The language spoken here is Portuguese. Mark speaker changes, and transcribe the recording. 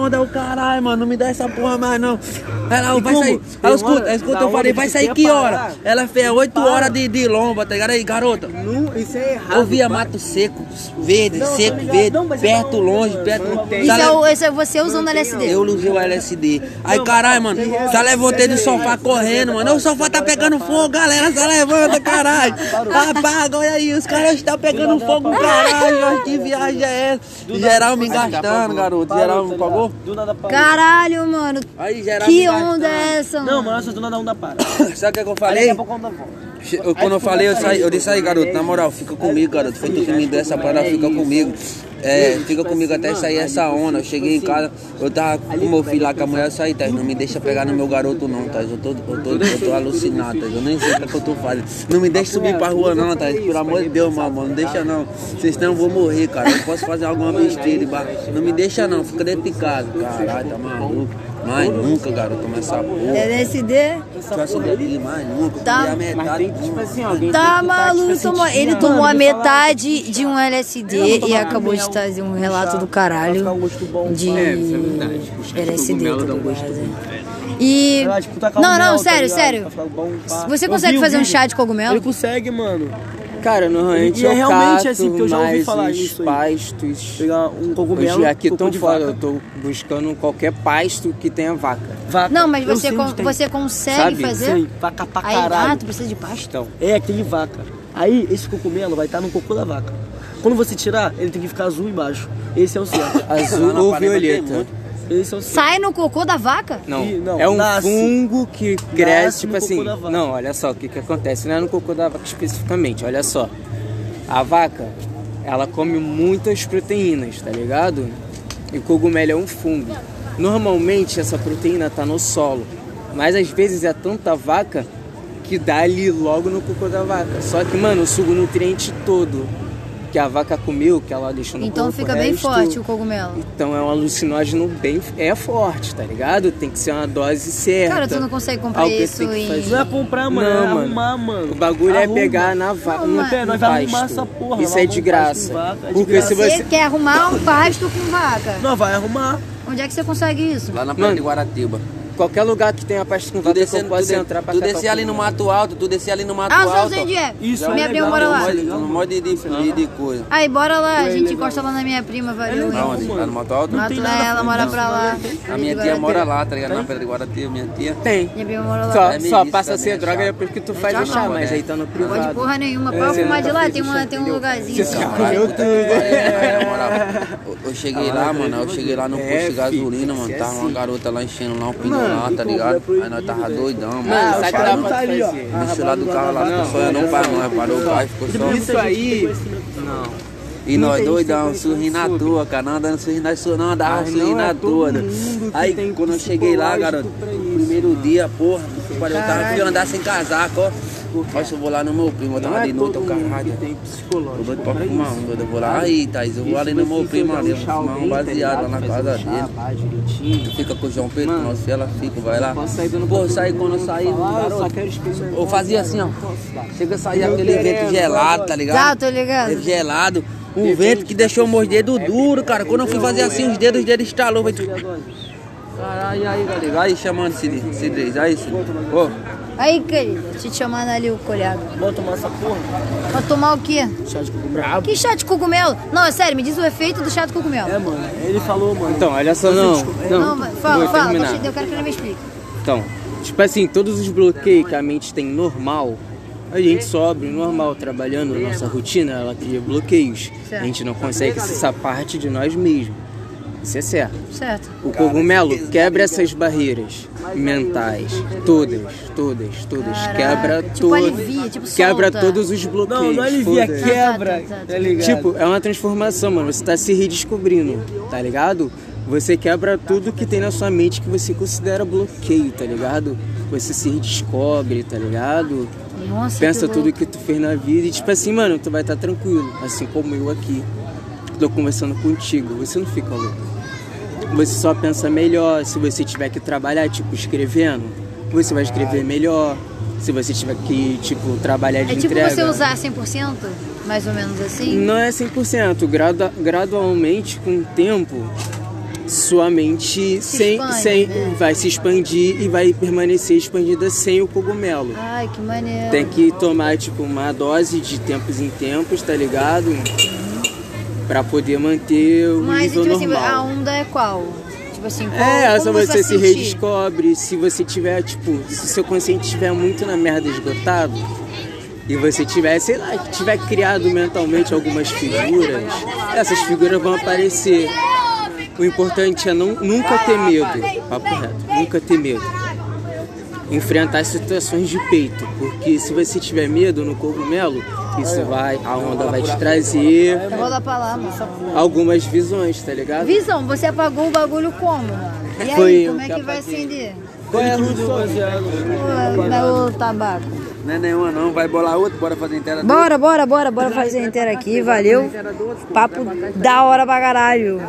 Speaker 1: onda, o caralho, mano, não me dá essa porra mais não. Ela, vai
Speaker 2: como?
Speaker 1: sair.
Speaker 2: Tem
Speaker 1: Aí
Speaker 2: uma
Speaker 1: escuta,
Speaker 2: hora-
Speaker 1: escuta,
Speaker 2: da
Speaker 1: eu falei,
Speaker 2: hora
Speaker 1: vai
Speaker 2: que
Speaker 1: sair
Speaker 2: quer
Speaker 1: que
Speaker 2: parar.
Speaker 1: hora? Ela fez 8
Speaker 2: Para.
Speaker 1: horas de, de lomba, tá ligado aí, garota?
Speaker 2: Não, isso é
Speaker 3: Tá
Speaker 2: errado.
Speaker 1: Eu via
Speaker 2: pai.
Speaker 1: mato seco, verde,
Speaker 2: Não, tô
Speaker 1: seco,
Speaker 2: ligado.
Speaker 1: verde,
Speaker 2: Não, mas eu
Speaker 1: perto,
Speaker 2: não-
Speaker 1: longe, perto.
Speaker 2: Mantém.
Speaker 1: Tá
Speaker 4: Isso é,
Speaker 1: le-
Speaker 4: o- isso é você usando LSD.
Speaker 1: eu usei o LSD. Aí, caralho, mano, já levantei do sofá correndo, mano. O sofá tá pegando fogo, galera, só levanta, caralho. Apaga, olha aí, os caras estão pegando fogo, caralho. Mas Que viagem é essa? Geral
Speaker 2: assim,
Speaker 1: me gastando, garoto. Geral me
Speaker 2: Tá Parou, tá ligado?
Speaker 1: pagou?
Speaker 2: Do nada parou.
Speaker 4: Caralho, mano.
Speaker 1: Aí, geral me
Speaker 4: Que
Speaker 1: gastando.
Speaker 4: onda é essa, mano?
Speaker 2: tá. Não, mano, essa do nada onda para.
Speaker 1: então. Sabe o que, é que eu
Speaker 2: Aí daqui
Speaker 1: falei?
Speaker 2: a pouco onda volta.
Speaker 1: Che- eu- quando eu falei, eu, saí, eu disse aí, garoto,
Speaker 2: né?
Speaker 1: na moral, fica comigo, garoto. Foi tu que me deu essa parada, fica comigo. É,
Speaker 2: tipo assim,
Speaker 1: fica comigo até sair essa onda. Eu cheguei em casa, eu tava com meu filho lá, com a mulher, eu saí, tá? Não me deixa pegar no meu garoto, não, tá? Eu tô, eu tô, eu tô alucinado, tá? Eu nem sei o que, é que eu tô fazendo. Não me deixa subir pra rua, não, tá? Pelo amor de Deus, mano,
Speaker 2: tá
Speaker 1: não deixa não. Vocês não vou morrer, cara. Eu posso fazer alguma besteira, e ba- não me deixa não, fica dentro de casa. Caralho, tá maluco. Mais nunca, garoto, mas essa
Speaker 2: É,
Speaker 1: porra.
Speaker 4: LSD?
Speaker 1: Só se daqui, mais nunca.
Speaker 4: Tá.
Speaker 1: E a metade,
Speaker 2: Mas tem que, tipo assim, alguém tem
Speaker 4: Tá
Speaker 2: que
Speaker 4: maluco,
Speaker 2: tipo,
Speaker 4: tomou-
Speaker 2: assim,
Speaker 4: ele
Speaker 2: mano,
Speaker 4: tomou a
Speaker 2: me fala,
Speaker 4: metade de um LSD e
Speaker 2: tomar é
Speaker 4: acabou de
Speaker 2: mel,
Speaker 4: trazer um relato
Speaker 2: chá,
Speaker 4: do caralho
Speaker 2: pra ficar um gosto bom,
Speaker 4: de
Speaker 2: É,
Speaker 4: LSD, tá
Speaker 2: um
Speaker 4: ligado? E...
Speaker 2: sei lá, tipo, tacar um
Speaker 4: Não,
Speaker 2: mel,
Speaker 4: não,
Speaker 2: tá
Speaker 4: sério,
Speaker 2: ligado?
Speaker 4: sério.
Speaker 2: Pra ficar bom, pá.
Speaker 4: Você
Speaker 2: Eu
Speaker 4: consegue
Speaker 2: vi o
Speaker 4: fazer um
Speaker 2: vídeo.
Speaker 4: chá de cogumelo?
Speaker 2: Ele consegue, mano.
Speaker 3: Cara, normalmente
Speaker 2: E é
Speaker 3: eu
Speaker 2: realmente
Speaker 3: cato
Speaker 2: assim, porque eu já ouvi
Speaker 3: mais
Speaker 2: falar
Speaker 3: os
Speaker 2: isso aí.
Speaker 3: pastos.
Speaker 2: Pegar um cogumelo.
Speaker 3: Hoje aqui
Speaker 2: cocô
Speaker 3: tão
Speaker 2: de
Speaker 3: fora, eu
Speaker 2: vaca.
Speaker 3: tô buscando qualquer pasto que tenha vaca.
Speaker 2: Vaca.
Speaker 4: Não, mas
Speaker 2: Eu
Speaker 4: você,
Speaker 2: sei
Speaker 4: con-
Speaker 2: onde tem.
Speaker 4: você consegue
Speaker 3: Sabe?
Speaker 4: fazer?
Speaker 2: Sei, vaca pra
Speaker 4: Aí, ah, tu
Speaker 2: caralho.
Speaker 4: precisa de pasto?
Speaker 3: Então,
Speaker 2: É aquele vaca. Aí esse cogumelo vai estar no cocô da vaca. Quando você tirar, ele tem que ficar azul embaixo. Esse é o certo.
Speaker 3: azul
Speaker 1: na
Speaker 3: ou
Speaker 1: Paraíba tem
Speaker 3: violeta.
Speaker 1: muito.
Speaker 2: Esse é o certo.
Speaker 4: Sai no cocô da vaca?
Speaker 3: Não,
Speaker 2: Ih, não,
Speaker 3: é um
Speaker 2: nasce.
Speaker 3: fungo que
Speaker 2: Nasce
Speaker 3: cresce, tipo
Speaker 2: no cocô
Speaker 3: assim.
Speaker 2: da vaca.
Speaker 3: Não, olha só o que, que acontece. Não é no cocô da vaca especificamente, olha só. A vaca, ela come muitas proteínas, tá ligado? E o cogumelo é um fungo. Normalmente essa proteína tá no solo, mas às vezes é tanta vaca que dá ali logo no cocô da vaca. Só que, mano, suga o nutriente todo que a vaca comeu, que ela deixou no
Speaker 4: Então
Speaker 3: corpo,
Speaker 4: fica
Speaker 3: o
Speaker 4: bem
Speaker 3: resto-
Speaker 4: forte o cogumelo.
Speaker 3: então é um alucinógeno bem é forte, tá ligado? Tem que ser uma dose certa.
Speaker 4: Cara, tu não consegue comprar
Speaker 3: Alguém
Speaker 4: isso
Speaker 3: tem que
Speaker 4: em-
Speaker 3: fazer.
Speaker 2: Não é comprar, mano.
Speaker 3: Não,
Speaker 2: é
Speaker 3: mano.
Speaker 2: arrumar, mano.
Speaker 3: O bagulho
Speaker 2: Arruma.
Speaker 3: é pegar na vaca.
Speaker 4: Não,
Speaker 3: No,
Speaker 4: mas-
Speaker 3: no
Speaker 2: Nós vai arrumar
Speaker 3: pasto.
Speaker 2: essa porra,
Speaker 3: Isso
Speaker 2: vai
Speaker 3: é de
Speaker 2: arrumar um pasto
Speaker 3: graça.
Speaker 2: com vaca, é de
Speaker 3: Porque
Speaker 2: graça.
Speaker 3: se
Speaker 4: Você,
Speaker 3: você.
Speaker 4: quer arrumar um pasto com vaca.
Speaker 2: Não, vai arrumar.
Speaker 4: Onde é que você consegue isso?
Speaker 1: Lá na Praia de Guaratiba.
Speaker 3: Qualquer lugar que tenha pasto com
Speaker 1: Tu
Speaker 3: vaca,
Speaker 1: descendo, tu,
Speaker 3: eu posso
Speaker 1: de,
Speaker 3: entrar pra
Speaker 1: tu
Speaker 3: catar
Speaker 1: descer ali no
Speaker 3: cogumelo.
Speaker 1: mato alto, tu descer ali no mato
Speaker 4: Ah, eu sei
Speaker 1: alto.
Speaker 4: onde é.
Speaker 2: Isso,
Speaker 4: Me
Speaker 2: é
Speaker 4: abriu,
Speaker 2: legal,
Speaker 4: bora
Speaker 2: é
Speaker 4: lá.
Speaker 2: legal.
Speaker 1: Um monte de, de, de coisa.
Speaker 4: Aí, bora lá, a gente encosta lá na minha prima, valeu.
Speaker 2: legal,
Speaker 4: hein?
Speaker 1: Aonde? Lá no mato alto?
Speaker 2: Não
Speaker 4: Mato
Speaker 2: tem
Speaker 4: lá, é,
Speaker 2: nada
Speaker 4: ela
Speaker 2: pra
Speaker 4: mora
Speaker 2: fazer,
Speaker 4: pra
Speaker 2: não,
Speaker 4: lá.
Speaker 2: não tem.
Speaker 1: A minha tia mora lá, tá ligado? Na Praia de Guaratiba, minha tia.
Speaker 3: Tem.
Speaker 4: Minha prima mora
Speaker 3: Só,
Speaker 4: lá.
Speaker 1: É
Speaker 3: só
Speaker 1: milícia
Speaker 3: passa a ser
Speaker 1: também,
Speaker 3: droga
Speaker 1: é
Speaker 3: depois que tu faz
Speaker 4: Não,
Speaker 3: o chá,
Speaker 4: não,
Speaker 3: mas
Speaker 1: é.
Speaker 3: aí tá no
Speaker 4: Pode
Speaker 3: privado.
Speaker 4: porra nenhuma, pra arrumar de lá, tem, uma, tem um lugarzinho.
Speaker 3: Você já
Speaker 1: Caralho,
Speaker 4: assim.
Speaker 3: comeu
Speaker 1: puta que
Speaker 3: tudo.
Speaker 1: pariu, na moral. Eu- Eu cheguei lá, mano, eu cheguei lá no
Speaker 3: É,
Speaker 1: posto de
Speaker 3: filho,
Speaker 1: gasolina,
Speaker 3: tem que
Speaker 1: mano,
Speaker 3: ser
Speaker 1: tava uma
Speaker 3: assim.
Speaker 1: garota lá enchendo lá um pneu
Speaker 2: Mano,
Speaker 1: lá,
Speaker 2: e
Speaker 1: tá
Speaker 2: como é
Speaker 1: ligado? Aí nós
Speaker 2: proibido,
Speaker 1: tava
Speaker 2: velho.
Speaker 1: doidão, mano.
Speaker 3: Mano,
Speaker 1: Aí
Speaker 3: sabe que
Speaker 1: parou-
Speaker 3: dá
Speaker 2: Não
Speaker 3: pra
Speaker 2: tá ali, ó.
Speaker 3: fazer?
Speaker 2: Ah,
Speaker 1: No celular do carro lá,
Speaker 2: Não,
Speaker 1: não foi não pra nós, parou o carro, ficou só.
Speaker 3: Isso aí. Não.
Speaker 1: E nós um
Speaker 3: tem
Speaker 1: doidão,
Speaker 3: gente que tem
Speaker 1: sorrindo à
Speaker 3: consumo.
Speaker 1: toa, cara. Não andando sorrindo à toa, não andava
Speaker 3: Mas
Speaker 1: sorrindo
Speaker 3: não é
Speaker 1: à
Speaker 3: todo
Speaker 1: toa.
Speaker 3: mundo que
Speaker 1: né? Aí
Speaker 3: tem
Speaker 1: quando eu cheguei lá, garoto,
Speaker 3: psicológico pra
Speaker 1: no
Speaker 3: isso,
Speaker 1: primeiro dia, porra, eu tava fui andar sem casaco, ó. Olha se eu vou lá no meu primo, eu
Speaker 3: Não
Speaker 1: tava
Speaker 3: é
Speaker 1: de noite, eu
Speaker 3: todo mundo
Speaker 1: caralho.
Speaker 3: que tem
Speaker 1: Eu vou
Speaker 3: psicológico
Speaker 1: pra
Speaker 3: pra
Speaker 1: fumar
Speaker 3: isso.
Speaker 1: um, doido. eu vou lá. Aí, Thaís, eu vou ali no meu primo ali, eu vou fumar
Speaker 3: tá
Speaker 2: tá
Speaker 1: um baseado lá na casa dele.
Speaker 3: dele.
Speaker 1: Fica com o João Pedro,
Speaker 3: Mano,
Speaker 1: não sei, ela fica, vai lá.
Speaker 3: Posso sair dando
Speaker 1: Pô, eu
Speaker 3: pra
Speaker 1: saí
Speaker 3: todo
Speaker 1: quando eu
Speaker 3: mundo
Speaker 1: saí,
Speaker 3: falar, eu só
Speaker 1: garoto.
Speaker 3: quero experimentar
Speaker 1: Eu fazia assim, ó. Chega a sair aquele vento gelado, tá ligado?
Speaker 4: Tá, tô ligado.
Speaker 1: É gelado. Um vento que deixou meus dedos duros, cara. Quando eu fui fazer assim, os dedos dele estalou. Vai... Caralho, aí, galera. Aí, chamando Sidney. Sidney, aí, Sidney. Ô,
Speaker 4: Aí, querido, te chamando ali o colhado.
Speaker 2: Bota tomar essa porra.
Speaker 4: Pra tomar o quê?
Speaker 2: Chá de cogumelo.
Speaker 4: Que chá de cogumelo? Não, é sério, me diz o efeito do chá de cogumelo.
Speaker 2: É, mano. Ele falou, mano.
Speaker 3: Então, olha só, não.
Speaker 4: Não,
Speaker 3: Não,
Speaker 4: vai, fala,
Speaker 3: vou
Speaker 4: fala,
Speaker 3: terminar.
Speaker 4: gostei, eu quero que ele me explique.
Speaker 3: Então, tipo assim, todos os bloqueios que a mente tem normal, a gente sobe normal, trabalhando, nossa rotina, ela cria bloqueios.
Speaker 4: Certo.
Speaker 3: A gente não consegue acessar parte de nós mesmos. Isso é certo.
Speaker 4: Certo.
Speaker 3: O cogumelo quebra essas barreiras mentais. Todas, todas, todas.
Speaker 4: Caraca,
Speaker 3: Quebra
Speaker 4: tipo
Speaker 3: todas.
Speaker 4: alivia, tipo
Speaker 3: Quebra
Speaker 4: solta.
Speaker 3: todos os bloqueios.
Speaker 2: Não, não alivia, é
Speaker 3: todas.
Speaker 2: quebra.
Speaker 4: Tá, tá, tá, tá.
Speaker 2: Tá ligado?
Speaker 3: Tipo, é uma transformação, mano. Você tá se redescobrindo, tá ligado? Você quebra tudo que tem na sua mente que você considera bloqueio, tá ligado? Você se redescobre, tá ligado?
Speaker 4: Nossa,
Speaker 3: Pensa
Speaker 4: que
Speaker 3: tudo
Speaker 4: louco.
Speaker 3: que tu fez na vida e tipo assim, mano, tu vai estar tranquilo, assim como eu aqui. Tô conversando contigo, você não fica louco. Você só pensa melhor, se você tiver que trabalhar, tipo, escrevendo, você vai escrever melhor. Se você tiver que, tipo, trabalhar de
Speaker 4: É tipo
Speaker 3: entrega.
Speaker 4: você usar 100%, mais ou menos assim?
Speaker 3: Não é 100%, grada, gradualmente, com o tempo, sua mente sem,
Speaker 4: expande,
Speaker 3: sem,
Speaker 4: né?
Speaker 3: vai se expandir e vai permanecer expandida sem o cogumelo.
Speaker 4: Ai, que maneiro.
Speaker 3: Tem que tomar, tipo, uma dose de tempos em tempos, tá ligado? Pra poder manter o
Speaker 4: Mas,
Speaker 3: um nível
Speaker 4: tipo assim,
Speaker 3: normal.
Speaker 4: a onda é qual? Tipo assim, qual,
Speaker 3: É,
Speaker 4: como
Speaker 3: essa você se
Speaker 4: vai sentir?
Speaker 3: redescobre. Se você tiver, tipo, se o seu consciente estiver muito na merda esgotado e você tiver, sei lá, tiver criado mentalmente algumas figuras, essas figuras vão aparecer. O importante é não, nunca ter medo. Papo reto, nunca ter medo. Enfrentar situações de peito, porque se você tiver medo no cogumelo, isso vai, a onda vai te trazer
Speaker 4: Eu vou lá pra lá, mano.
Speaker 3: algumas visões, tá ligado?
Speaker 4: Visão, você apagou o bagulho como? E aí,
Speaker 3: Foi eu
Speaker 4: como é
Speaker 3: que
Speaker 4: que vai
Speaker 3: apaguei.
Speaker 4: acender? é
Speaker 3: Qual é a luz?
Speaker 4: O, o tabaco.
Speaker 1: Não é nenhuma não, vai bolar outro, bora fazer inteira.
Speaker 5: Bora, bora, bora, bora fazer inteira aqui, valeu. Papo da hora pra caralho.